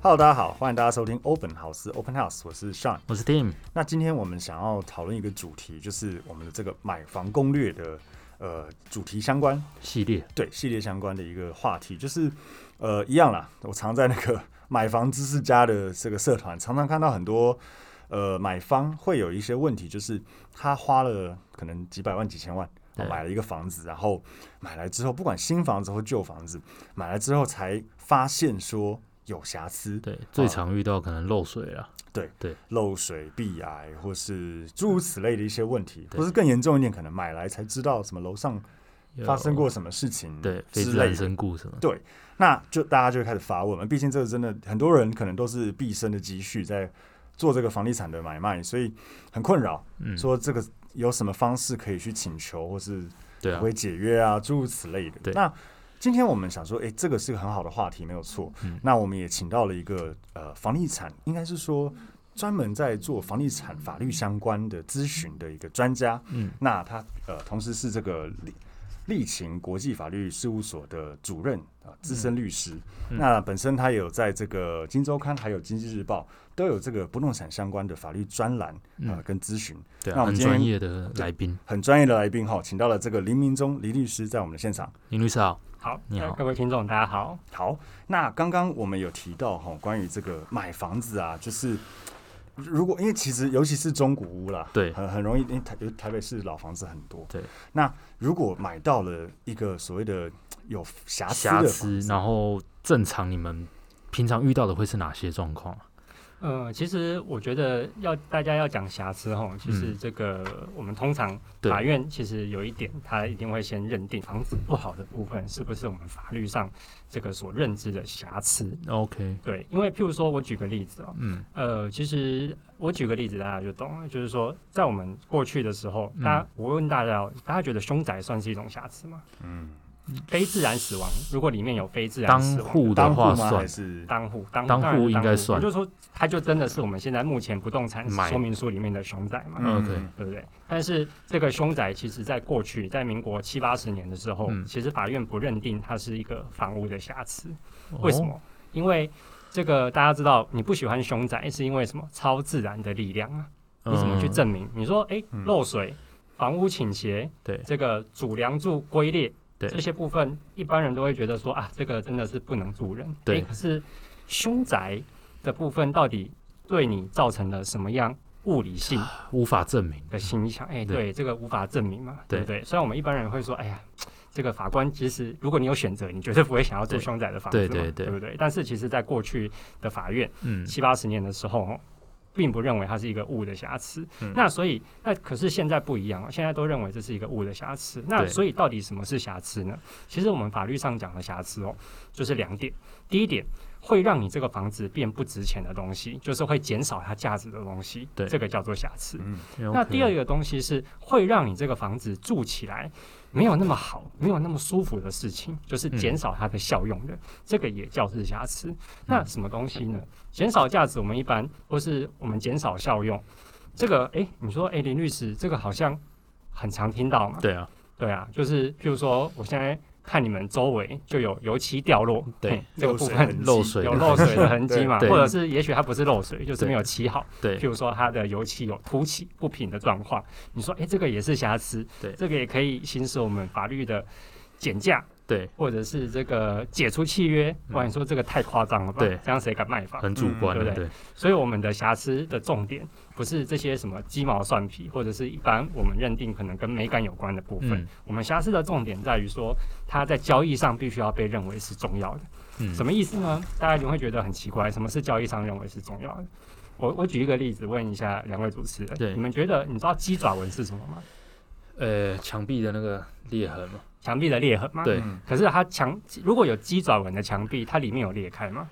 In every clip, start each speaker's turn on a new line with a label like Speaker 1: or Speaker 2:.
Speaker 1: Hello，大家好，欢迎大家收听 Open House Open House，我是 Sean。
Speaker 2: 我是 Tim，
Speaker 1: 那今天我们想要讨论一个主题，就是我们的这个买房攻略的呃主题相关，
Speaker 2: 系列
Speaker 1: 对系列相关的一个话题，就是呃一样啦。我常在那个 买房知识家的这个社团，常常看到很多呃买方会有一些问题，就是他花了可能几百万、几千万。哦
Speaker 2: 对
Speaker 1: 买了一个房子，然后买来之后，不管新房子或旧房子，买来之后才发现说有瑕疵，
Speaker 2: 对最常遇到可能漏水啊了，
Speaker 1: 漏水、壁癌，或是诸如此类的一些问题，
Speaker 2: 对
Speaker 1: 或是更严重一点，可能买来才知道什么楼上
Speaker 2: 有
Speaker 1: 发生过什么事情，
Speaker 2: 对非
Speaker 1: 之
Speaker 2: 自
Speaker 1: 类
Speaker 2: 然
Speaker 1: 的。
Speaker 2: 身故什么
Speaker 1: 对那就大家就会开始发问了，毕竟这个真的很多人可能都是毕生的积蓄在做这个房地产的买卖，所以很困扰。
Speaker 2: 嗯
Speaker 1: 说这个有什么方式可以去请求，或是
Speaker 2: 对
Speaker 1: 不
Speaker 2: 啊
Speaker 1: 会解约啊，诸如此类的。
Speaker 2: 对
Speaker 1: 那今天我们想说，诶，这个是个很好的话题，没有错。
Speaker 2: 嗯
Speaker 1: 那我们也请到了一个呃，房地产应该是说专门在做房地产法律相关的咨询的一个专家。
Speaker 2: 嗯
Speaker 1: 那他呃，同时是这个立立勤国际法律事务所的主任啊、呃资深律师。
Speaker 2: 嗯
Speaker 1: 那本身他也有在这个《金周刊》还有《经济日报》都有这个不动产相关的法律专栏啊、呃
Speaker 2: 嗯
Speaker 1: 跟咨询。
Speaker 2: 对
Speaker 1: 那我
Speaker 2: 啊
Speaker 1: 们
Speaker 2: 很
Speaker 1: 今天
Speaker 2: 专业的来宾
Speaker 1: 很专业的来宾哈，请到了这个林明忠林律师在我们的现场。
Speaker 2: 林律师好，
Speaker 3: 好，
Speaker 2: 你
Speaker 3: 呃
Speaker 2: 好
Speaker 3: 各位听众，大家好。
Speaker 1: 好，那刚刚我们有提到哈，关于这个买房子啊，就是如果因为其实尤其是中古屋啦，
Speaker 2: 对
Speaker 1: 很很容易，因为台尤其台北市老房子很多，
Speaker 2: 对。
Speaker 1: 那如果买到了一个所谓的有瑕疵
Speaker 2: 啊瑕
Speaker 1: 的
Speaker 2: 疵，然后正常你们平常遇到的会是哪些状况？啊
Speaker 3: 呃，其实我觉得要大家要讲瑕疵哈，其实
Speaker 2: 嗯
Speaker 3: 这个、我们通常
Speaker 2: 对
Speaker 3: 法院其实有一点，他一定会先认定房子不好的部分是不是我们法律上这个所认知的瑕疵。
Speaker 2: OK，
Speaker 3: 对，因为譬如说我举个例子哦，
Speaker 2: 嗯，
Speaker 3: 呃，其实我举个例子大家就懂了，就是说在我们过去的时候，
Speaker 2: 嗯
Speaker 3: 大家我问大家哦，大家觉得凶宅算是一种瑕疵吗？
Speaker 1: 嗯，
Speaker 3: 非自然死亡，如果里面有非自然
Speaker 2: 当
Speaker 3: 死亡的
Speaker 2: 户
Speaker 1: 当
Speaker 2: 的
Speaker 1: 户
Speaker 2: 话
Speaker 1: 吗？还
Speaker 2: 算，嗯
Speaker 1: 是
Speaker 3: 当户，当
Speaker 2: 当
Speaker 3: 当然
Speaker 2: 户
Speaker 3: 是
Speaker 2: 应该
Speaker 3: 户
Speaker 2: 算
Speaker 3: 我就说，它就真的是我们现在目前不动产
Speaker 2: 买
Speaker 3: 说明书里面的凶宅嘛，
Speaker 2: 嗯 OK
Speaker 3: 对不对？但是这个凶宅其实在过去，在民国七八十年的时候，
Speaker 2: 嗯
Speaker 3: 其实法院不认定它是一个房屋的瑕疵，
Speaker 2: 哦
Speaker 3: 为什么？？因为这个大家知道，你不喜欢凶宅，是因为什么？超自然的力量啊！你怎么去
Speaker 2: 嗯？
Speaker 3: 证明？你说，哎
Speaker 1: 嗯，
Speaker 3: 漏水、房屋倾斜、
Speaker 2: 对
Speaker 3: 这个主梁柱龟裂，
Speaker 2: 对
Speaker 3: 这些部分，一般人都会觉得说啊，这个真的是不能住人。
Speaker 2: 对
Speaker 3: 诶可是凶宅的部分到底对你造成了什么样物理性
Speaker 2: 无法证明，
Speaker 3: 的影响？哎、
Speaker 2: 啊对
Speaker 3: 对，这个无法证明嘛，
Speaker 2: 对
Speaker 3: 对不对？虽然我们一般人会说，哎呀。这个法官其实，如果你有选择，你绝对不会想要住
Speaker 2: 对
Speaker 3: 凶宅的房子嘛，
Speaker 2: 对对对
Speaker 3: 不对？但是其实，在过去的法院，
Speaker 2: 嗯，
Speaker 3: 七八十年的时候，哦并不认为它是一个物的瑕疵。
Speaker 1: 嗯
Speaker 3: 那所以，那可是现在不一样哦了，现在都认为这是一个物的瑕疵。那
Speaker 2: 对
Speaker 3: 所以，到底什么是瑕疵呢？其实我们法律上讲的瑕疵哦，就是两点。第一点，会让你这个房子变不值钱的东西，就是会减少它价值的东西，
Speaker 2: 对
Speaker 3: 这个叫做瑕疵。
Speaker 1: 嗯
Speaker 3: 那第二个东西是会让你这个房子住起来没有那么好、没有那么舒服的事情，就是
Speaker 2: 嗯
Speaker 3: 减少它的效用的，这个也叫是瑕疵。那什么东西呢？减少价值，我们一般或是我们减少效用，这个诶，你说诶，林律师，这个好像很常听到嘛？
Speaker 2: 对啊，
Speaker 3: 对啊，就是譬如说，我现在看你们周围就有油漆掉落，
Speaker 2: 对
Speaker 3: 嘿，这个
Speaker 1: 漏
Speaker 3: 部
Speaker 1: 水痕
Speaker 3: 分
Speaker 1: 迹
Speaker 2: 漏水
Speaker 3: 嗯有
Speaker 2: 的
Speaker 3: 漏水的痕迹
Speaker 1: 对
Speaker 3: 嘛，
Speaker 2: 对
Speaker 3: 或者是也许它不是漏水，就是
Speaker 2: 对
Speaker 3: 没有漆好。
Speaker 2: 对
Speaker 3: 譬如说它的油漆有凸起不平的状况，你说，哎、这个也是瑕疵，
Speaker 2: 对
Speaker 3: 这个也可以行使我们法律的减价，
Speaker 2: 对，
Speaker 3: 或者是这个解除契约。不然你说这个太夸张了吧？
Speaker 2: 嗯对
Speaker 3: 这样谁敢卖房？
Speaker 2: 很主
Speaker 1: 嗯
Speaker 2: 观
Speaker 3: 对
Speaker 2: 的，
Speaker 3: 不对
Speaker 2: 对
Speaker 3: 所以我们的瑕疵的重点不是这些什么鸡毛蒜皮，或者是一般我们认定可能跟美感有关的部分。
Speaker 2: 嗯
Speaker 3: 我们瑕疵的重点在于说，它在交易上必须要被认为是重要的。
Speaker 2: 嗯，
Speaker 3: 什
Speaker 2: 么
Speaker 3: 么意思呢？大家一定会觉得很奇怪，什么是交易商认为是重要的？我我举一个例子问一下两位主持人，
Speaker 2: 对
Speaker 3: 你们觉得你知道鸡爪纹是什么吗？
Speaker 2: 呃墙壁的那个裂痕嘛，
Speaker 3: 墙壁的裂痕吗？
Speaker 2: 对
Speaker 1: 嗯
Speaker 3: 可是它墙如果有鸡爪纹的墙壁，它里面有裂开吗？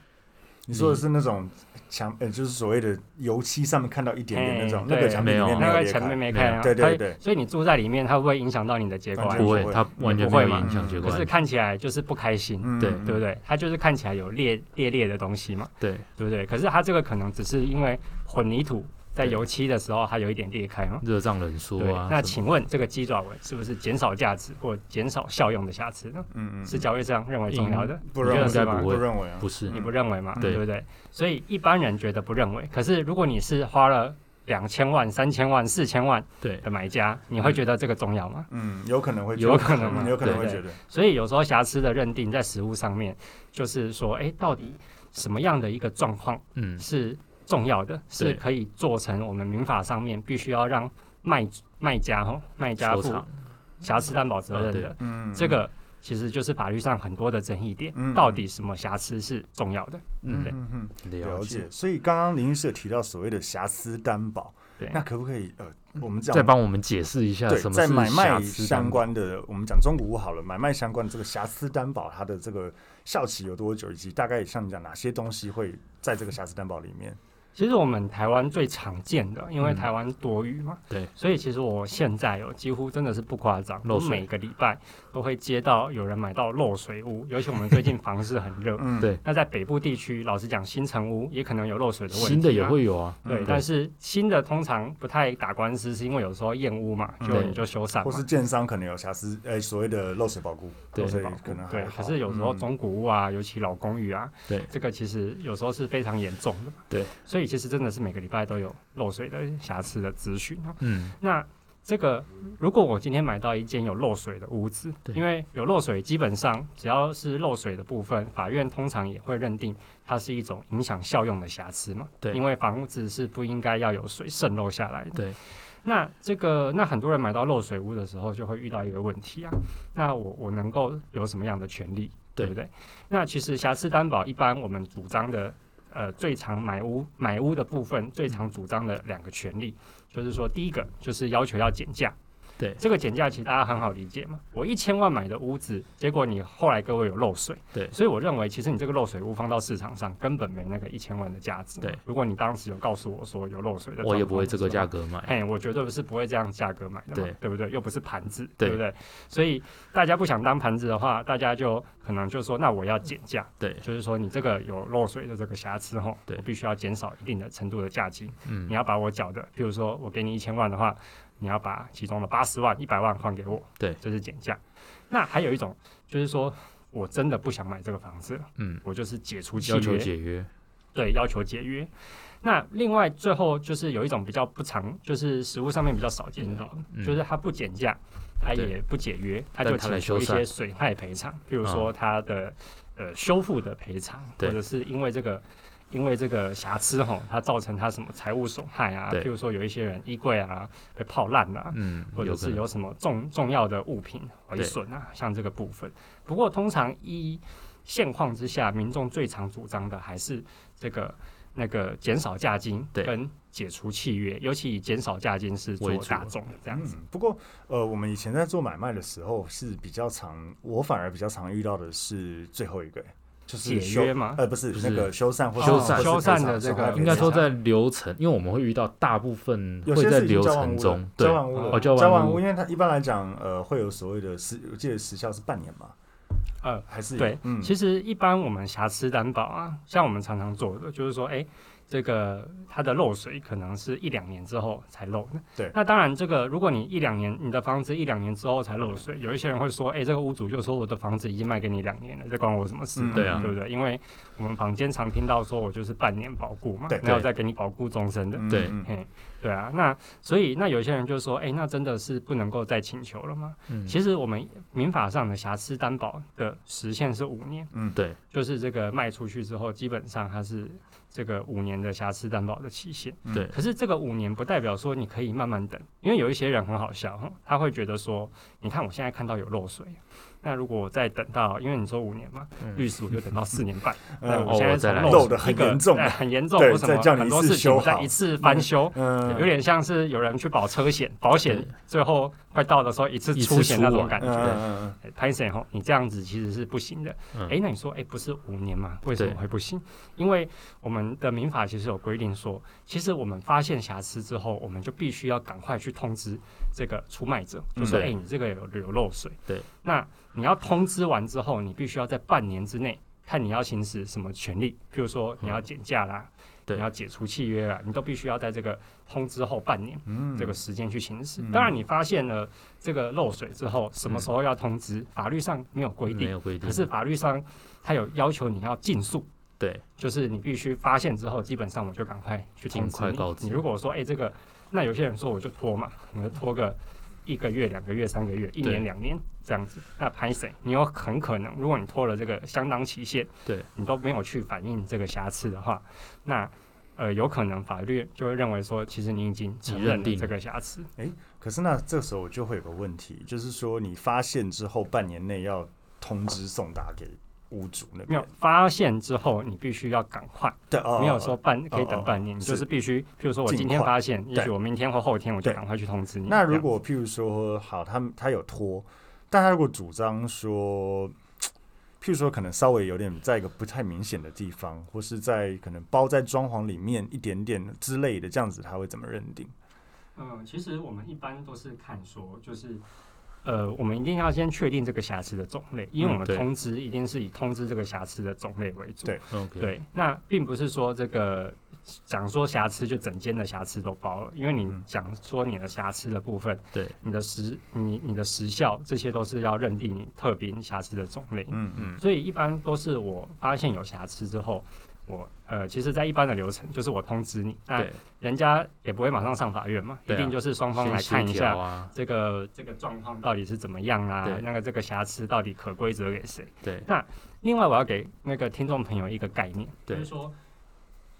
Speaker 1: 你说的是那种墙，呃，就是所谓的油漆上面看到一点点那种，那个
Speaker 3: 哎对
Speaker 1: 墙壁里
Speaker 2: 没有
Speaker 1: 面
Speaker 2: 哦
Speaker 1: 没
Speaker 3: 那
Speaker 1: 有
Speaker 3: 个
Speaker 1: 裂
Speaker 3: 墙壁
Speaker 1: 开，
Speaker 3: 没开啊，
Speaker 1: 嗯对对
Speaker 3: 它
Speaker 1: 对
Speaker 3: 所以你住在里面，它会不会影响到你的结构
Speaker 1: 完
Speaker 3: 啊
Speaker 1: 全？
Speaker 2: 不会
Speaker 1: 不，会
Speaker 2: 它完全没有
Speaker 3: 不会嘛嗯
Speaker 2: 影响结果
Speaker 3: 可，是看起来就是不开心，
Speaker 1: 嗯
Speaker 2: 对
Speaker 3: 对不？对？它就是看起来有裂裂裂的东西嘛，
Speaker 2: 对
Speaker 3: 对不对？可是它这个可能只是因为混凝土在
Speaker 2: 对
Speaker 3: 油漆的时候它有一点裂开嘛。
Speaker 2: 热胀冷缩
Speaker 3: 对
Speaker 2: 啊，，什
Speaker 3: 那
Speaker 2: 么
Speaker 3: 请问这个鸡爪纹是不是减少价值或减少效用的瑕疵呢？
Speaker 1: 嗯嗯，嗯
Speaker 3: 是交易上认为重要的，
Speaker 1: 不
Speaker 3: 你
Speaker 1: 认
Speaker 3: 觉
Speaker 1: 为
Speaker 3: 得是
Speaker 2: 应该
Speaker 3: 吗
Speaker 2: 不？
Speaker 1: 不
Speaker 2: 会
Speaker 1: 认为啊，
Speaker 2: 不是
Speaker 3: 你不认为嘛？
Speaker 2: 对
Speaker 3: 对不对？所以一般人觉得不认为，可是如果你是花了两千万、三千万、四千万
Speaker 2: 对
Speaker 3: 的买家，你会觉得这个重要吗？
Speaker 1: 嗯，有可能会觉得，
Speaker 3: 有可能嘛
Speaker 1: 嗯有可能会
Speaker 3: 对
Speaker 1: 觉得，
Speaker 3: 所以有时候瑕疵的认定在实物上面，就是说，哎，到底什么样的一个状况
Speaker 2: 嗯
Speaker 3: 是重要的，是可以做成我们民法上面必须要让卖卖家哈卖家
Speaker 2: 收
Speaker 3: 负
Speaker 2: 藏啊
Speaker 3: 瑕疵担保责任的，
Speaker 1: 嗯，
Speaker 3: 这个其实就是法律上很多的争议点，
Speaker 1: 嗯
Speaker 3: 到底什么瑕疵是重要的？
Speaker 1: 嗯，
Speaker 2: 嗯
Speaker 1: 嗯嗯，了
Speaker 2: 了
Speaker 1: 解。所以刚刚林律师有提到所谓的瑕疵担保，
Speaker 3: 对
Speaker 1: 那可不可以呃，我们讲
Speaker 2: 嗯再帮我们解释一下
Speaker 1: 对
Speaker 2: 什么
Speaker 1: 在
Speaker 2: 是
Speaker 1: 买
Speaker 2: 瑕
Speaker 1: 卖
Speaker 2: 疵啊
Speaker 1: 相关的，我们讲中古屋好了，买卖相关的这个瑕疵担保，它的这个效期有多久，以及大概像你讲哪些东西会在这个瑕疵担保里面？，
Speaker 3: 其实我们台湾最常见的，因为台湾多雨嘛，
Speaker 2: 对，
Speaker 3: 所以其实我现在有几乎真的是不夸张，
Speaker 2: 漏
Speaker 3: 我
Speaker 2: 水
Speaker 3: 每个礼拜都会接到有人买到漏水屋，尤其我们最近房市很热
Speaker 1: 嗯，
Speaker 2: 对
Speaker 3: 那在北部地区，老实讲，新城屋也可能有漏水的问题、啊
Speaker 2: 新的也。会有啊，
Speaker 3: 对，
Speaker 1: 嗯
Speaker 3: 但是新的通常不太打官司，是因为有时候验屋嘛，就
Speaker 2: 对
Speaker 3: 你就修缮
Speaker 1: 或
Speaker 3: 嘛
Speaker 1: 是。建商可能有瑕疵，呃，所谓的漏水保固，
Speaker 2: 对
Speaker 1: 所以
Speaker 3: 保护
Speaker 1: 可能还
Speaker 3: 对，
Speaker 1: 好
Speaker 3: 可是有时候
Speaker 1: 嗯
Speaker 3: 中古屋啊，尤其老公寓啊，
Speaker 2: 对
Speaker 3: 这个其实有时候是非常严重的。
Speaker 2: 对，
Speaker 3: 所以其实真的是每个礼拜都有漏水的瑕疵的咨询啊。
Speaker 2: 嗯
Speaker 3: 那这个，如果我今天买到一间有漏水的屋子，
Speaker 2: 对
Speaker 3: 因为有漏水，基本上只要是漏水的部分，法院通常也会认定它是一种影响效用的瑕疵嘛。
Speaker 2: 对
Speaker 3: 因为房子是不应该要有水渗漏下来的。
Speaker 2: 对，
Speaker 3: 那这个，那很多人买到漏水屋的时候，就会遇到一个问题啊。那我我能够有什么样的权利，
Speaker 2: 对
Speaker 3: 对不对？那其实瑕疵担保一般我们主张的，呃，最常买屋买屋的部分最常主张的两个权利，就是说第一个就是要求要减价。
Speaker 2: 对
Speaker 3: 这个减价其实大家很好理解嘛。我一千万买的屋子，结果你后来给我有漏水，
Speaker 2: 对
Speaker 3: 所以我认为其实你这个漏水屋放到市场上根本没那个一千万的价值。
Speaker 2: 对，
Speaker 3: 如果你当时有告诉我说有漏水的状况的时候，哎
Speaker 2: 我也不会这个价格买，
Speaker 3: 嘿，我绝对不是不会这样价格买的嘛，
Speaker 2: 对
Speaker 3: 对不对？又不是盘子，
Speaker 2: 对
Speaker 3: 对不对？所以大家不想当盘子的话，大家就可能就说，那我要减价，
Speaker 2: 对，
Speaker 3: 就是说你这个有漏水的这个瑕疵吼，
Speaker 2: 对
Speaker 3: 我必须要减少一定的程度的价金，你
Speaker 2: 嗯
Speaker 3: 要把我缴的，譬如说我给你一千万的话，你要把其中的八十万、一百万还给我，
Speaker 2: 对
Speaker 3: 这是减价。那还有一种就是说我真的不想买这个房子了，
Speaker 2: 嗯，
Speaker 3: 我就是解除契
Speaker 2: 要
Speaker 3: 约，
Speaker 2: 求解约，
Speaker 3: 对，要求解约。那另外最后就是有一种比较不常，就是实物上面比较少见到的，
Speaker 2: 嗯
Speaker 3: 就是他不减价，他
Speaker 2: 对
Speaker 3: 也不解约，他
Speaker 2: 但
Speaker 3: 就
Speaker 2: 他
Speaker 3: 请
Speaker 2: 来修
Speaker 3: 求一
Speaker 2: 缮嗯
Speaker 3: 些损害赔偿，比如说他的、呃修复的赔偿，
Speaker 2: 对
Speaker 3: 或者是因为这个。因为这个瑕疵吼，它造成他什么财务损害啊？
Speaker 2: 对
Speaker 3: 譬如说有一些人衣柜啊被泡烂啊，
Speaker 2: 嗯，
Speaker 3: 或者
Speaker 2: 有可
Speaker 3: 是
Speaker 2: 能
Speaker 3: 有什么重重要的物品毁
Speaker 2: 对
Speaker 3: 损啊，像这个部分。不过通常依现况之下，民众最常主张的还是这个那个减少价金
Speaker 2: 对
Speaker 3: 跟解除契约，尤其以减少价金是做
Speaker 2: 为主
Speaker 3: 大众的这样子。
Speaker 1: 嗯。不过，呃，我们以前在做买卖的时候是比较常，我反而比较常遇到的是最后一个，就是
Speaker 3: 解
Speaker 1: 修
Speaker 3: 约吗哦
Speaker 1: 呃，不是
Speaker 2: 不是
Speaker 1: 那个修缮或
Speaker 2: 修
Speaker 1: 是
Speaker 2: 缮
Speaker 1: 或是
Speaker 3: 修缮
Speaker 1: 赔偿
Speaker 3: 的这个
Speaker 1: 损害赔
Speaker 2: 应该说
Speaker 1: 偿
Speaker 2: 在流程，因为我们会遇到大部分
Speaker 1: 有
Speaker 2: 会
Speaker 1: 些
Speaker 2: 在
Speaker 1: 是已经
Speaker 2: 流
Speaker 1: 交换
Speaker 2: 程
Speaker 1: 屋
Speaker 2: 中
Speaker 1: 了，
Speaker 2: 对
Speaker 1: 交，换屋了，
Speaker 2: 哦交换
Speaker 1: 交换
Speaker 2: 屋
Speaker 1: 屋，因为它一般来讲，呃，会有所谓的时，我记得时效是半年嘛，
Speaker 3: 呃，
Speaker 1: 还是
Speaker 3: 对
Speaker 1: 嗯，
Speaker 3: 其实一般我们瑕疵担保啊，像我们常常做的，就是说，哎，这个它的漏水可能是一两年之后才漏的。
Speaker 1: 对
Speaker 3: 那当然，这个如果你一两年，你的房子一两年之后才漏水，有一些人会说，哎，这个屋主就说我的房子已经卖给你两年了，这关我什么事？
Speaker 1: 嗯
Speaker 2: 对啊
Speaker 3: 对不对？因为我们房间常听到说我就是半年保固嘛
Speaker 1: 对，
Speaker 3: 没有
Speaker 2: 对
Speaker 3: 再给你保固终身的。
Speaker 1: 嗯
Speaker 2: 对
Speaker 1: 嗯
Speaker 3: 嘿，对啊，那所以那有些人就说，哎，那真的是不能够再请求了吗？
Speaker 2: 嗯，
Speaker 3: 其实我们民法上的瑕疵担保的时限是五年，
Speaker 1: 嗯
Speaker 2: 对，
Speaker 3: 就是这个卖出去之后，基本上它是这个五年的瑕疵担保的期限。
Speaker 1: 嗯
Speaker 2: 对
Speaker 3: 可是这个五年不代表说你可以慢慢等，因为有一些人很好笑，哼他会觉得说，你看我现在看到有漏水，那如果我再等到，因为你说五年嘛，
Speaker 2: 嗯
Speaker 3: 律师我就等到四年半，
Speaker 1: 嗯
Speaker 3: 那
Speaker 2: 哦
Speaker 3: 我现
Speaker 2: 我再
Speaker 3: 在
Speaker 2: 来
Speaker 3: 从
Speaker 1: 漏得很
Speaker 3: 一个
Speaker 1: 严重啊
Speaker 3: 哎很严重，
Speaker 1: 对
Speaker 3: 我什么
Speaker 1: 再叫你
Speaker 3: 很
Speaker 1: 一
Speaker 3: 多
Speaker 1: 次
Speaker 3: 事
Speaker 1: 修
Speaker 3: 情再
Speaker 1: 好
Speaker 3: 一次翻修，
Speaker 1: 嗯，
Speaker 3: 有点像是有人去保车险，保险
Speaker 2: 对
Speaker 3: 最后快到的时候一次
Speaker 2: 一次
Speaker 3: 出险那
Speaker 2: 出
Speaker 3: 种
Speaker 2: 完
Speaker 3: 感
Speaker 1: 嗯
Speaker 3: 觉。
Speaker 1: 嗯
Speaker 3: 拍谁吼，你这样子其实是不行的。
Speaker 2: 嗯
Speaker 3: 诶，那你说，诶，不是五年吗？为什么
Speaker 2: 对
Speaker 3: 会不行？因为我们的民法其实有规定说，其实我们发现瑕疵之后，我们就必须要赶快去通知这个出卖者，就
Speaker 2: 嗯
Speaker 3: 说，
Speaker 2: 对
Speaker 3: 诶，你这个有有漏水。
Speaker 2: 对，
Speaker 3: 那你要通知完之后，你必须要在半年之内看你要行使什么权利，譬如说你要减价啦，
Speaker 2: 嗯对
Speaker 3: 你要解除契约啊，你都必须要在这个通知后半年
Speaker 1: 嗯，
Speaker 3: 这个时间去行使。
Speaker 1: 嗯
Speaker 3: 当然，你发现了这个漏水之后，什么时候要通知，法律上没有规
Speaker 2: 没
Speaker 3: 定，
Speaker 2: 有规定，
Speaker 3: 可是法律上它有要求你要尽速。
Speaker 2: 对
Speaker 3: 就是你必须发现之后，基本上我就赶快去通
Speaker 2: 尽
Speaker 3: 知
Speaker 2: 快
Speaker 3: 你。
Speaker 2: 告知
Speaker 3: 你如果说，哎、这个，那有些人说我就拖嘛，我就拖个一个月、两个月、三个月、一
Speaker 2: 对
Speaker 3: 年、两年这样子，那拍谁？你有很可能，如果你拖了这个相当期限，
Speaker 2: 对
Speaker 3: 你都没有去反映这个瑕疵的话，那呃，有可能法律就会认为说，其实你已经承
Speaker 2: 你
Speaker 3: 认
Speaker 2: 认
Speaker 3: 了
Speaker 2: 定
Speaker 3: 这个瑕
Speaker 1: 嗯
Speaker 3: 疵。
Speaker 1: 可是那这时候我就会有个问题，就是说你发现之后半年内要通知送达给屋主那
Speaker 3: 没有
Speaker 1: 边，
Speaker 3: 发现之后，你必须要赶快，
Speaker 1: 对，哦
Speaker 3: 没有说半可以
Speaker 1: 哦
Speaker 3: 等
Speaker 1: 哦
Speaker 3: 半年，你就是是必须，譬如说我
Speaker 1: 尽
Speaker 3: 今天
Speaker 1: 快
Speaker 3: 发现，也许
Speaker 1: 对
Speaker 3: 我明天或后天我就
Speaker 1: 对
Speaker 3: 赶快去通知你。
Speaker 1: 那
Speaker 3: 这
Speaker 1: 如
Speaker 3: 样
Speaker 1: 果譬如说，好，他们他有拖，但他如果主张说，譬如说可能稍微有点在一个不太明显的地方，或是在可能包在装潢里面一点点之类的，这样子他会怎么认定？
Speaker 3: 嗯，其实我们一般都是看说，就是呃，我们一定要先确定这个瑕疵的种类，因为我
Speaker 2: 嗯
Speaker 3: 们
Speaker 2: 对
Speaker 3: 通知一定是以通知这个瑕疵的种类为主。
Speaker 1: 对
Speaker 2: ，OK，
Speaker 3: 对，那并不是说这个讲说瑕疵就整间的瑕疵都包了，因为你
Speaker 1: 嗯
Speaker 3: 讲说你的瑕疵的部分，
Speaker 2: 对，
Speaker 3: 你的时你你的时效，这些都是要认定你特别瑕疵的种类。
Speaker 1: 嗯
Speaker 2: 嗯
Speaker 3: 所以一般都是我发现有瑕疵之后，我呃，其实，在一般的流程就是我通知你，那
Speaker 2: 对，
Speaker 3: 人家也不会马上上法院嘛，
Speaker 2: 对
Speaker 3: 一
Speaker 2: 啊
Speaker 3: 定就是双方
Speaker 2: 先
Speaker 3: 来看一
Speaker 2: 协调
Speaker 3: 下
Speaker 2: 啊，
Speaker 3: 这个这个状况到底是怎么样啦、
Speaker 2: 对
Speaker 3: 那个这个瑕疵到底可归责给谁？
Speaker 2: 对
Speaker 3: 另外，我要给那个听众朋友一个概念，就
Speaker 2: 对
Speaker 3: 是说，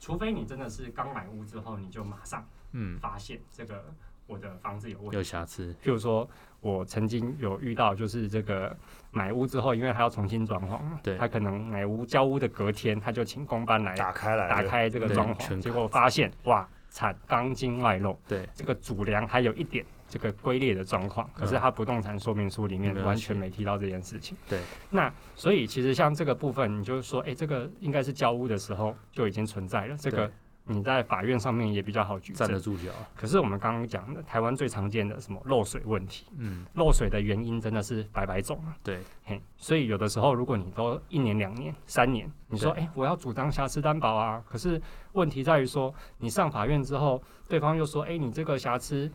Speaker 3: 除非你真的是刚买屋之后你就马上
Speaker 2: 嗯，
Speaker 3: 发现这个我的房子有问题，
Speaker 2: 有瑕疵，
Speaker 3: 譬如说我曾经有遇到，就是这个买屋之后，因为他要重新装潢嘛，
Speaker 2: 对
Speaker 3: 他可能买屋交屋的隔天他就请工班来
Speaker 1: 打开来，
Speaker 3: 嗯打，开这个
Speaker 2: 对
Speaker 3: 装
Speaker 2: 全
Speaker 3: 潢，结果发现哇，惨，钢筋外露。
Speaker 2: 对
Speaker 3: 这个主梁还有一点这个龟裂的状况，可是它不动产说明书里面
Speaker 2: 嗯没有
Speaker 3: 完全
Speaker 2: 写
Speaker 3: 没提到这件事情。
Speaker 2: 对，
Speaker 3: 那所以其实像这个部分，你就是说，哎，这个应该是交屋的时候就已经存在了，这个
Speaker 2: 对
Speaker 3: 你在法院上面也比较好举
Speaker 2: 站得
Speaker 3: 证。
Speaker 2: 住脚，
Speaker 3: 可是我们刚刚讲的台湾最常见的什么漏水问题，
Speaker 2: 嗯，
Speaker 3: 漏水的原因真的是百百种啊。
Speaker 2: 对
Speaker 3: 嘿，所以有的时候，如果你都一年、两年、三年，你说，哎、
Speaker 2: 对
Speaker 3: 我要主张瑕疵担保啊，可是问题在于说，你上法院之后，对方又说，哎、你这个瑕疵，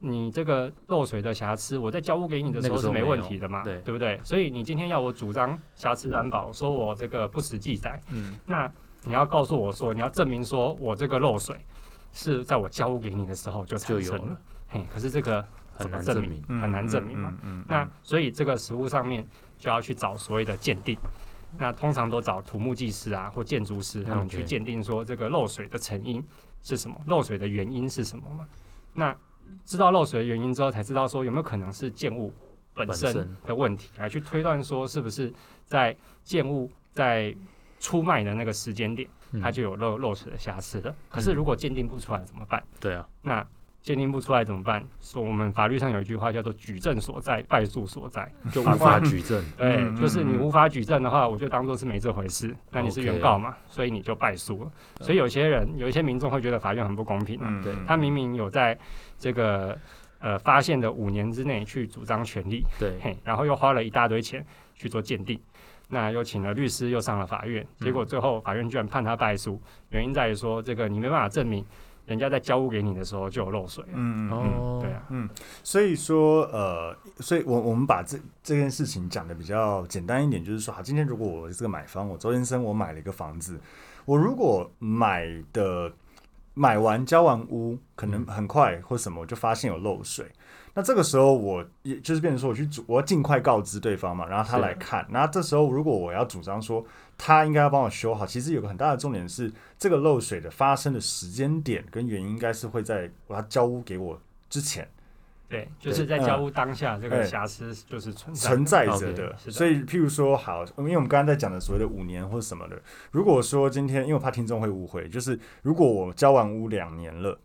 Speaker 3: 你这个漏水的瑕疵，我在交屋给你的时
Speaker 2: 那
Speaker 3: 候
Speaker 2: 个时
Speaker 3: 是
Speaker 2: 候
Speaker 3: 没
Speaker 2: 没
Speaker 3: 问
Speaker 2: 有
Speaker 3: 题的嘛，
Speaker 2: 对
Speaker 3: 不对？所以你今天要我主张瑕疵担保，说我这个不实记载，
Speaker 2: 嗯，
Speaker 3: 那你要告诉我说，你要证明说我这个漏水是在我交屋给你的时候就
Speaker 2: 就
Speaker 3: 产
Speaker 2: 有
Speaker 3: 生
Speaker 2: 了，
Speaker 3: 嘿，可是这个怎
Speaker 2: 很
Speaker 3: 么
Speaker 2: 难
Speaker 3: 证
Speaker 2: 证
Speaker 3: 明
Speaker 2: 明？，
Speaker 3: 很难证明嘛。
Speaker 1: 嗯
Speaker 3: 那所以这个实物上面就要去找所谓的鉴定，那通常都找土木技师啊或建筑师他们
Speaker 2: OK
Speaker 3: 去鉴定说这个漏水的成因是什么，漏水的原因是什么嘛？那知道漏水的原因之后，才知道说有没有可能是建物本
Speaker 2: 本
Speaker 3: 身
Speaker 2: 身
Speaker 3: 的问题，来去推断说是不是在建物在出卖的那个时间点，
Speaker 2: 嗯
Speaker 3: 它就有漏漏水的瑕疵了。可是
Speaker 2: 嗯
Speaker 3: 如果鉴定不出来怎么办？
Speaker 2: 对啊，
Speaker 3: 那鉴定不出来怎么办？说我们法律上有一句话叫做“举证所在，败诉所在
Speaker 2: 就无
Speaker 3: 法
Speaker 2: 法
Speaker 3: 官
Speaker 2: 举证，”。
Speaker 3: 对
Speaker 1: 嗯，
Speaker 3: 就是你无法举证的话，我就当做是没这回事。那你是
Speaker 2: OK
Speaker 3: 原告嘛，所以你就败诉了。所以有些人，有一些民众会觉得法院很不公平啊、
Speaker 1: 嗯
Speaker 2: 对
Speaker 3: 他明明有在这个呃发现的五年之内去主张权利，
Speaker 2: 对
Speaker 1: 嗯
Speaker 3: 嘿，然后又花了一大堆钱去做鉴定，那又请了律师，又上了法院，结
Speaker 1: 嗯
Speaker 3: 果最后法院居然判他败诉，原因在于说这个你没办法证明人家在交屋给你的时候就有漏水了。
Speaker 1: 嗯
Speaker 2: 哦，
Speaker 3: 对啊，
Speaker 1: 所以说，呃，所以我我们把这这件事情讲的比较简单一点，就是说，好，今天如果我这个买方，我周先生我买了一个房子，我如果买的买完交完屋，可能很快或什么，我就发现有漏水。那这个时候我，也就是变成说，我去主，我要尽快告知对方嘛，然后他
Speaker 2: 是
Speaker 1: 来看。那这时候，如果我要主张说他应该要帮我修好，其实有个很大的重点是，这个漏水的发生的时间点跟原因，应该是会在我要交屋给我之前。
Speaker 3: 对，就是在交屋当下这
Speaker 1: 哎
Speaker 3: 个瑕疵就是存在的。
Speaker 1: 存在着的
Speaker 2: OK，。
Speaker 3: 是的
Speaker 1: 所以，譬如说，好，因为我们刚刚在讲的所谓的五年或什么的，如果说今天，因为我怕听众会误会，就是如果我交完屋两年了，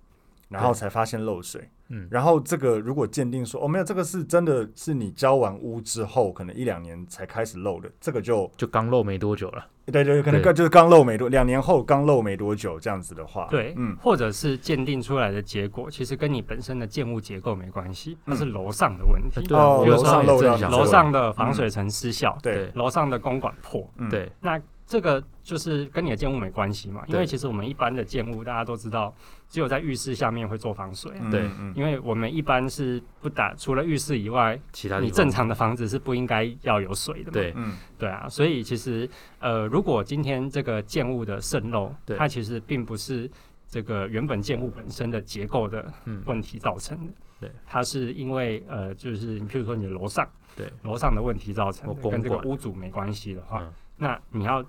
Speaker 1: 然后
Speaker 2: 对
Speaker 1: 才发现漏水，
Speaker 2: 嗯
Speaker 1: 然后这个如果鉴定说，哦，没有，这个是真的是你交完屋之后，可能一两年才开始漏的，这个就
Speaker 2: 就刚漏没多久了，
Speaker 1: 对对，可能
Speaker 2: 对
Speaker 1: 就是刚漏没多，两年后刚漏没多久这样子的话，
Speaker 3: 对，
Speaker 1: 嗯，
Speaker 3: 或者是鉴定出来的结果，其实跟你本身的建物结构没关系，它
Speaker 1: 嗯
Speaker 3: 是楼上的问题。
Speaker 2: 对啊
Speaker 1: 哦，
Speaker 2: 我有
Speaker 1: 楼
Speaker 2: 时候
Speaker 1: 上
Speaker 2: 也
Speaker 1: 漏
Speaker 2: 正
Speaker 1: 掉
Speaker 2: 想
Speaker 1: 这个
Speaker 3: 楼
Speaker 2: 问
Speaker 3: 上的防水层失效，
Speaker 1: 嗯对
Speaker 2: 对
Speaker 3: 楼上的公管破，
Speaker 1: 嗯
Speaker 2: 对
Speaker 3: 那这个就是跟你的建物没关系嘛，因为
Speaker 2: 对
Speaker 3: 其实我们一般的建物大家都知道，只有在浴室下面会做防水啊、
Speaker 1: 嗯
Speaker 2: 对
Speaker 1: 嗯
Speaker 3: 因为我们一般是不打，除了浴室以外，
Speaker 2: 其他地
Speaker 3: 你
Speaker 2: 方
Speaker 3: 正常的房子是不应该要有水的嘛。
Speaker 2: 对
Speaker 1: 嗯
Speaker 3: 对啊，所以其实呃，如果今天这个建物的渗漏，
Speaker 2: 对
Speaker 3: 它其实并不是这个原本建物本身的结构的
Speaker 2: 嗯
Speaker 3: 问题造成的，
Speaker 2: 对，
Speaker 3: 它是因为呃，就是你譬如说你的楼上，
Speaker 2: 对，
Speaker 3: 楼上的问题造成
Speaker 2: 我
Speaker 3: 的，
Speaker 2: 公
Speaker 3: 跟这个
Speaker 2: 馆
Speaker 3: 屋主没关系的话，
Speaker 2: 嗯
Speaker 3: 那你要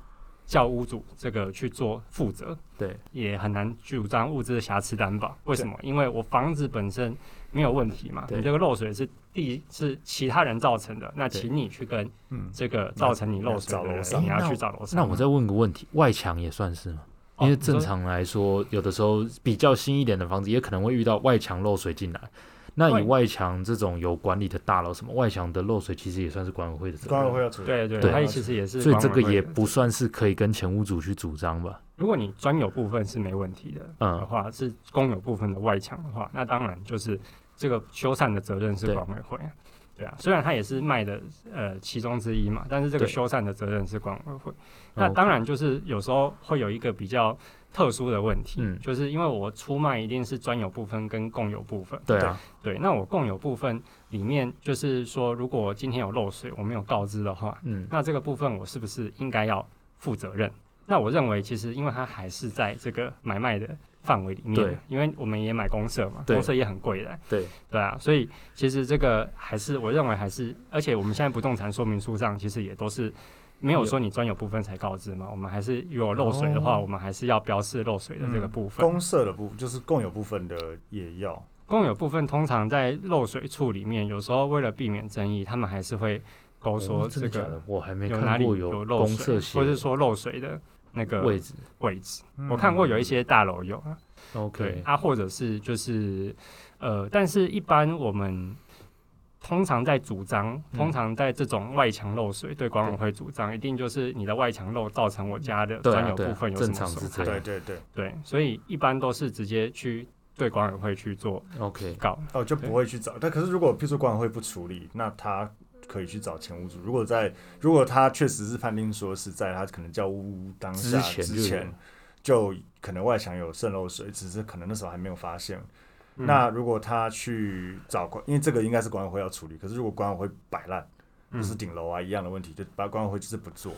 Speaker 3: 叫屋主这个去做负责，
Speaker 2: 对
Speaker 3: 也很难主张物资的瑕疵担保。为什么？因为我房子本身没有问题嘛，
Speaker 2: 对
Speaker 3: 你这个漏水是地是其他人造成的，那
Speaker 2: 对
Speaker 3: 请你去跟
Speaker 1: 嗯，
Speaker 3: 这个造成你漏水
Speaker 1: 找
Speaker 3: 的
Speaker 1: 楼
Speaker 3: 人
Speaker 1: 上
Speaker 3: 你要
Speaker 2: 那
Speaker 3: 去
Speaker 2: 我
Speaker 3: 找楼上。
Speaker 2: 那我再问个问题，外墙也算是吗？因为
Speaker 3: 哦
Speaker 2: 正、常来说，有的时候比较新一点的房子也可能会遇到外墙漏水进来。那
Speaker 3: 对
Speaker 2: 以外墙这种有管理的大楼，什么外墙的漏水其实也算是管委会的责任。
Speaker 1: 管委会要处
Speaker 3: 你
Speaker 1: 理。
Speaker 3: 说对对，
Speaker 2: 对
Speaker 3: 它其实也是
Speaker 2: 所以
Speaker 3: 管
Speaker 2: 这
Speaker 3: 委
Speaker 2: 个
Speaker 3: 会的，
Speaker 2: 也不算是可以跟前屋主去主张吧？
Speaker 3: 如果你专有部分是没问题的
Speaker 2: 嗯
Speaker 3: 的话，是公有部分的外墙的话，那当然就是这个修缮的责任是
Speaker 2: 对
Speaker 3: 管委会啊。对啊，虽然它也是卖的呃其中之一嘛，但是这个
Speaker 2: 对
Speaker 3: 修缮的责任是管委会。
Speaker 2: 哦
Speaker 3: 那
Speaker 2: ，OK
Speaker 3: 当然就是有时候会有一个比较特殊的问题，
Speaker 2: 嗯
Speaker 3: 就是因为我出卖一定是专有部分跟共有部分，
Speaker 2: 对啊，
Speaker 3: 对，那我共有部分里面就是说，如果今天有漏水，我没有告知的话，
Speaker 2: 嗯，
Speaker 3: 那这个部分我是不是应该要负责任？那我认为其实因为它还是在这个买卖的范围里
Speaker 2: 对
Speaker 3: 面，因为我们也买公社嘛，
Speaker 2: 对
Speaker 3: 公社也很贵的，
Speaker 2: 对，
Speaker 3: 对啊，所以其实这个还是我认为还是，而且我们现在不动产说明书上其实也都是没有说你专有部分才告知嘛，我们还是如果漏水的话，
Speaker 1: 哦
Speaker 3: 我们还是要标示漏水的这个部分。
Speaker 1: 公社的部就是共有部分的也要，
Speaker 3: 共有部分通常在漏水处里面，有时候为了避免争议，他们还是会勾说
Speaker 2: 哦真
Speaker 3: 这
Speaker 2: 的假
Speaker 3: 个
Speaker 2: 的？我还没
Speaker 3: 有哪
Speaker 2: 看
Speaker 3: 里
Speaker 2: 过
Speaker 3: 漏
Speaker 2: 公
Speaker 3: 水
Speaker 2: 厕，写
Speaker 3: 或是说漏水的那个
Speaker 2: 位置。
Speaker 3: 位置。
Speaker 1: 嗯
Speaker 3: 我看过有一些大楼有啊，
Speaker 2: 嗯
Speaker 3: 对
Speaker 2: OK，
Speaker 3: 啊，或者是就是呃，但是一般我们通常在主张，通
Speaker 2: 嗯
Speaker 3: 常在这种外墙漏水，对管委
Speaker 2: 对
Speaker 3: 会主张，一定就是你的外墙漏造成我家的
Speaker 2: 对啊
Speaker 3: 专有
Speaker 2: 对啊
Speaker 3: 部分有什
Speaker 2: 正
Speaker 3: 么
Speaker 2: 常
Speaker 3: 损
Speaker 2: 是这
Speaker 3: 害
Speaker 1: 对
Speaker 2: 样
Speaker 1: 对对，
Speaker 3: 对，所以一般都是直接去对管委会去做
Speaker 2: OK，
Speaker 3: 告。
Speaker 1: 哦就不会去找。但可是如果譬如说管委会不处理，那他可以去找前屋主。如果在如果他确实是判定说是在他可能交屋当下
Speaker 2: 之前就
Speaker 1: 之前
Speaker 2: 有
Speaker 1: 就可能外墙有渗漏水，只是可能那时候还没有发现。
Speaker 3: 嗯
Speaker 1: 那如果他去找管，因为这个应该是管委会要处理，可是如果管委会摆烂，
Speaker 3: 嗯
Speaker 1: 就是顶楼啊一样的问题，就把管委会就是不做，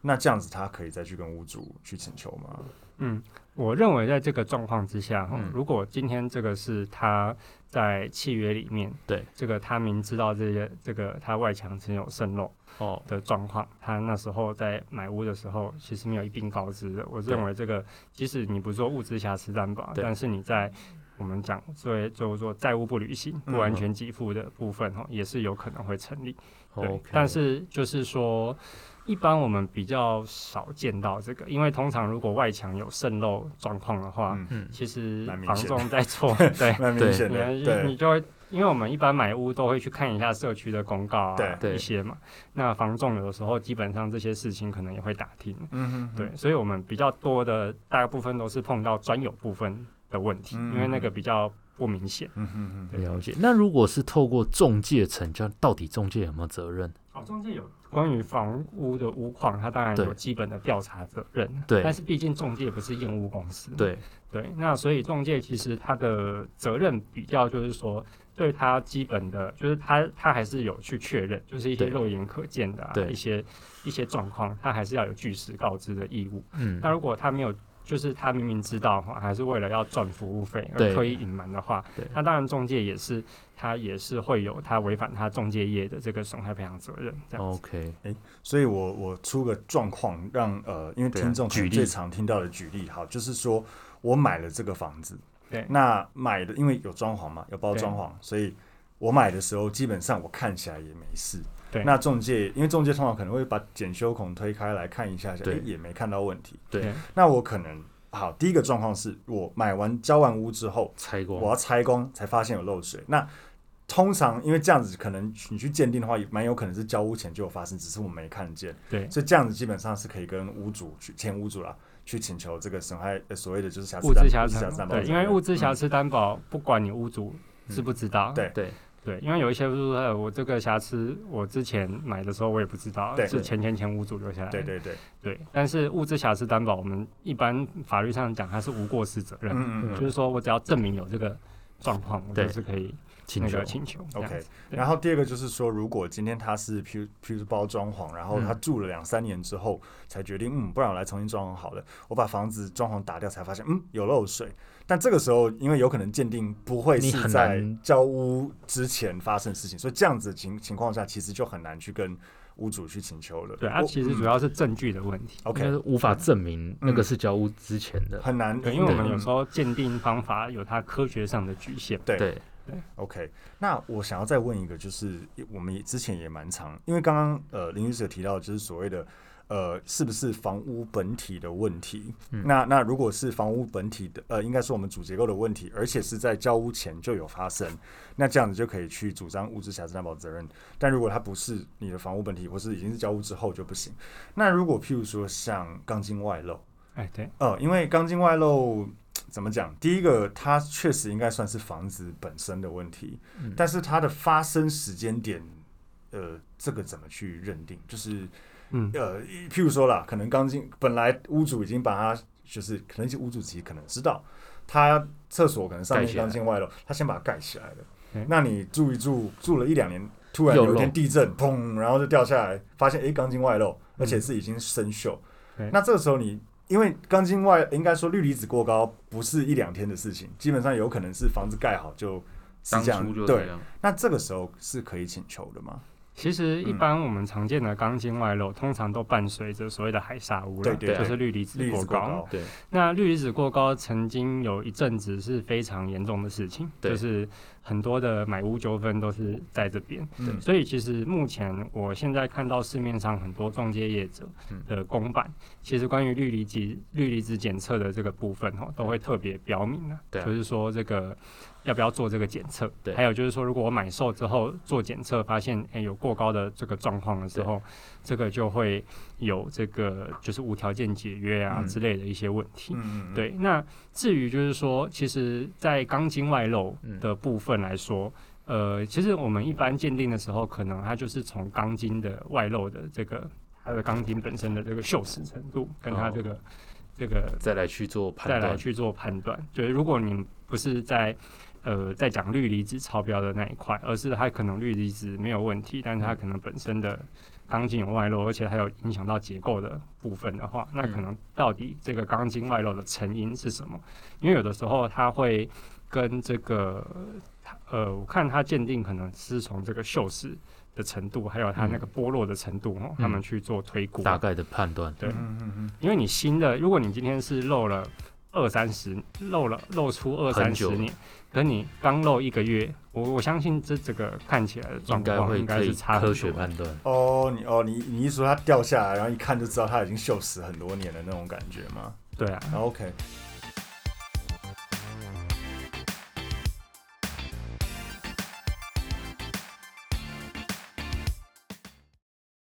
Speaker 1: 那这样子他可以再去跟屋主去请求吗？
Speaker 3: 嗯，我认为在这个状况之下，
Speaker 2: 嗯
Speaker 3: 如果今天这个是他在契约里面，
Speaker 2: 对
Speaker 3: 这个他明知道这些这个他外墙只有渗漏
Speaker 2: 哦，
Speaker 3: 的状况，他那时候在买屋的时候其实没有一并告知的。我
Speaker 2: 对
Speaker 3: 认为这个，即使你不做物质瑕疵担保，
Speaker 2: 对
Speaker 3: 但是你在我们讲最就是说债务不履行、
Speaker 2: 嗯
Speaker 3: 不完全给付的部分哦，也是有可能会成立。对
Speaker 2: OK，，
Speaker 3: 但是就是说，一般我们比较少见到这个，因为通常如果外墙有渗漏状况的话，
Speaker 1: 嗯，
Speaker 2: 嗯，
Speaker 3: 其实
Speaker 1: 蛮明
Speaker 3: 房
Speaker 1: 显
Speaker 3: 仲在 做，对，
Speaker 1: 蛮明显
Speaker 3: 你
Speaker 1: 的，
Speaker 3: 还你
Speaker 1: 对，
Speaker 3: 就会，因为我们一般买屋都会去看一下社区的公告啊，
Speaker 1: 对
Speaker 2: 对
Speaker 3: 一些嘛。那房仲有的时候基本上这些事情可能也会打听，
Speaker 1: 嗯哼哼
Speaker 3: 对，，所以我们比较多的大部分都是碰到专有部分的问题，
Speaker 1: 嗯
Speaker 3: 因为那个比较不明显。
Speaker 1: 嗯哼哼，
Speaker 2: 了解。那如果是透过中介成交，到底中介有没有责任？
Speaker 3: 哦，中介有关于房屋的屋况，它当然
Speaker 2: 对
Speaker 3: 有基本的调查责任。
Speaker 2: 对
Speaker 3: 但是毕竟中介不是验屋公司。
Speaker 2: 对，
Speaker 3: 对，那所以中介其实他的责任比较就是说，对他基本的，就是他他还是有去确认，就是一些
Speaker 2: 对
Speaker 3: 肉眼可见的、啊、
Speaker 2: 对
Speaker 3: 一些一些状况，他还是要有据实告知的义务。
Speaker 2: 嗯
Speaker 3: 那，如果他没有，就是他明明知道哈，还是为了要赚服务费而
Speaker 2: 对
Speaker 3: 刻意隐瞒的话
Speaker 2: 对，
Speaker 3: 那当然中介也是他也是会有他违反他中介业的这个损害赔偿责任这样子。
Speaker 2: 嗯 OK，
Speaker 1: 所以我我出个状况，让呃，因为
Speaker 2: 对啊
Speaker 1: 听众可能
Speaker 2: 举例
Speaker 1: 最常听到的举例，好，就是说我买了这个房子，
Speaker 3: 对
Speaker 1: 那买的因为有装潢嘛，有包
Speaker 3: 对
Speaker 1: 装潢，所以我买的时候基本上我看起来也没事。
Speaker 3: 对
Speaker 1: 那中介因为中介通常可能会把检修孔推开来看一下下，
Speaker 2: 对
Speaker 1: 诶也没看到问题。
Speaker 2: 对，
Speaker 1: 那我可能好，第一个状况是我买完交完屋之后，
Speaker 2: 拆
Speaker 1: 我
Speaker 2: 光，
Speaker 1: 要拆工才发现有漏水。那通常因为这样子，可能你去鉴定的话，也蛮有可能是交屋前就有发生，只是我没看见。
Speaker 3: 对
Speaker 1: 所以这样子基本上是可以跟屋主去前屋主啦去请求这个损害、呃、所谓的就是瑕疵
Speaker 3: 物质瑕
Speaker 1: 疵
Speaker 3: 疵啊
Speaker 1: 担保责
Speaker 3: 对，
Speaker 1: 任，
Speaker 3: 因为物质瑕
Speaker 1: 嗯
Speaker 3: 疵担保，不管你屋主知不知道，
Speaker 1: 对
Speaker 2: 对
Speaker 3: 对，因为有一些就是说，哎我这个瑕疵，我之前买的时候我也不知道，
Speaker 1: 对
Speaker 3: 是前前前屋主留下来的。
Speaker 1: 对嗯对对，
Speaker 3: 对，但是物质瑕疵担保，我们一般法律上讲它是无过失责任，
Speaker 1: 嗯嗯嗯
Speaker 3: 就是说我只要证明有这个状况，我
Speaker 2: 对
Speaker 3: 就是可以
Speaker 2: 请
Speaker 3: 那
Speaker 2: 求
Speaker 3: 个请求。这样
Speaker 1: ，OK
Speaker 3: 子。对
Speaker 1: 然后第二个就是说，如果今天他是譬如譬如包装潢，然后他
Speaker 2: 嗯
Speaker 1: 住了两三年之后才决定，嗯，不然我来重新装潢好了。我把房子装潢打掉，才发现嗯有漏水。但这个时候，因为有可能鉴定不会
Speaker 2: 你
Speaker 1: 是
Speaker 2: 很
Speaker 1: 在
Speaker 2: 难
Speaker 1: 交屋之前发生的事情，所以这样子情情况下，其实就很难去跟屋主去请求了。
Speaker 3: 对，它
Speaker 1: 我
Speaker 3: 其实主要是证据的问题。
Speaker 1: 嗯
Speaker 2: 应该
Speaker 1: OK
Speaker 2: 是无法证明那个是交屋之前的。
Speaker 1: 很难，
Speaker 3: 对，因为我们有
Speaker 1: 嗯
Speaker 3: 时候鉴定方法有它科学上的局限。
Speaker 1: 对
Speaker 2: 对，
Speaker 1: OK，那我想要再问一个，就是我们也之前也蛮常，因为刚刚呃林律师有提到，就是所谓的呃是不是房屋本体的问题。
Speaker 2: 嗯
Speaker 1: 那那如果是房屋本体的，呃，应该是我们主结构的问题，而且是在交屋前就有发生，那这样子就可以去主张物质瑕疵担保责任。但如果它不是你的房屋本体，或是已经是交屋之后就不行。那如果譬如说像钢筋外露，
Speaker 3: 哎，对，
Speaker 1: 呃，因为钢筋外露怎么讲？第一个，它确实应该算是房子本身的问题，
Speaker 2: 嗯
Speaker 1: 但是它的发生时间点，呃，这个怎么去认定？就是
Speaker 3: 嗯，
Speaker 1: 呃，譬如说啦，可能钢筋本来屋主已经把它，就是可能一些屋主自己可能知道，他厕所可能上
Speaker 2: 盖
Speaker 1: 面
Speaker 2: 起来
Speaker 1: 钢筋外露，他先把它盖起来了
Speaker 3: 嗯。
Speaker 1: 那你住一住，住了一两年，突然有
Speaker 2: 又
Speaker 1: 一
Speaker 2: 漏
Speaker 1: 天地震，砰，然后就掉下来，发现诶钢筋外露，而且是已经生锈。
Speaker 3: 对
Speaker 1: 那这个时候你。因为钢筋外应该说氯离子过高不是一两天的事情，基本上有可能是房子盖好就是
Speaker 4: 当
Speaker 1: 这样
Speaker 4: 初，就这
Speaker 1: 对。
Speaker 4: 样，
Speaker 1: 那这个时候是可以请求的吗？
Speaker 3: 其实一
Speaker 1: 嗯
Speaker 3: 般我们常见的钢筋外露，通常都伴随着所谓的海砂污
Speaker 1: 对
Speaker 3: 染，
Speaker 1: 对
Speaker 4: 对
Speaker 3: 就是氯离子
Speaker 1: 氯离
Speaker 3: 过
Speaker 1: 子过
Speaker 3: 高
Speaker 1: 高。，
Speaker 4: 对，
Speaker 3: 那氯离子过高曾经有一阵子是非常严重的事情，
Speaker 4: 对
Speaker 3: 就是很多的买屋纠纷都是在这边。
Speaker 1: 嗯
Speaker 3: 所以其实目前我现在看到市面上很多中介业者
Speaker 4: 嗯
Speaker 3: 的公版，其实关于氯离子氯离子检测的这个部分哦，都会特别标明啊，
Speaker 4: 对啊
Speaker 3: 就是说这个要不要做这个检测，
Speaker 4: 对
Speaker 3: 还有就是说如果我买售之后做检测发现诶有过高的这个状况的时候，这个就会有这个就是无条件解约啊
Speaker 1: 嗯
Speaker 3: 之类的一些问题。
Speaker 1: 嗯，嗯，
Speaker 3: 对，那至于就是说，其实，在钢筋外露的部分来说，呃，其实我们一般鉴定的时候，可能它就是从钢筋的外露的这个它的钢筋本身的这个锈蚀程度，跟它这个、这个
Speaker 4: 再来去做判
Speaker 3: 再来
Speaker 4: 断，
Speaker 3: 去做判断。就是如果你不是在呃在讲氯离子超标的那一块，而是它可能氯离子没有问题，但是它可能本身的钢筋有外露，而且还有影响到结构的部分的话，那可能到底这个钢筋外露的成因是什么？因为有的时候它会跟这个呃，我看它鉴定可能是从这个锈蚀。的程度，还有它那个剥落的程度，哦，他们去做推估，
Speaker 2: 大概的判断。
Speaker 3: 对
Speaker 1: 嗯嗯嗯
Speaker 3: 因为你新的，如果你今天是漏了二三十，漏了漏出二三
Speaker 2: 很
Speaker 3: 十
Speaker 2: 久
Speaker 3: 年，可你刚漏一个月，我我相信这这个看起来的状
Speaker 2: 应该
Speaker 3: 况
Speaker 2: 会
Speaker 3: 应该
Speaker 2: 可
Speaker 3: 是
Speaker 2: 以
Speaker 3: 差很
Speaker 2: 科
Speaker 3: 多
Speaker 2: 学判断，
Speaker 1: 哦，你哦，你你一说它掉下来，然后一看就知道它已经锈蚀很多年的那种感觉吗
Speaker 3: 对啊，
Speaker 1: 然后？OK，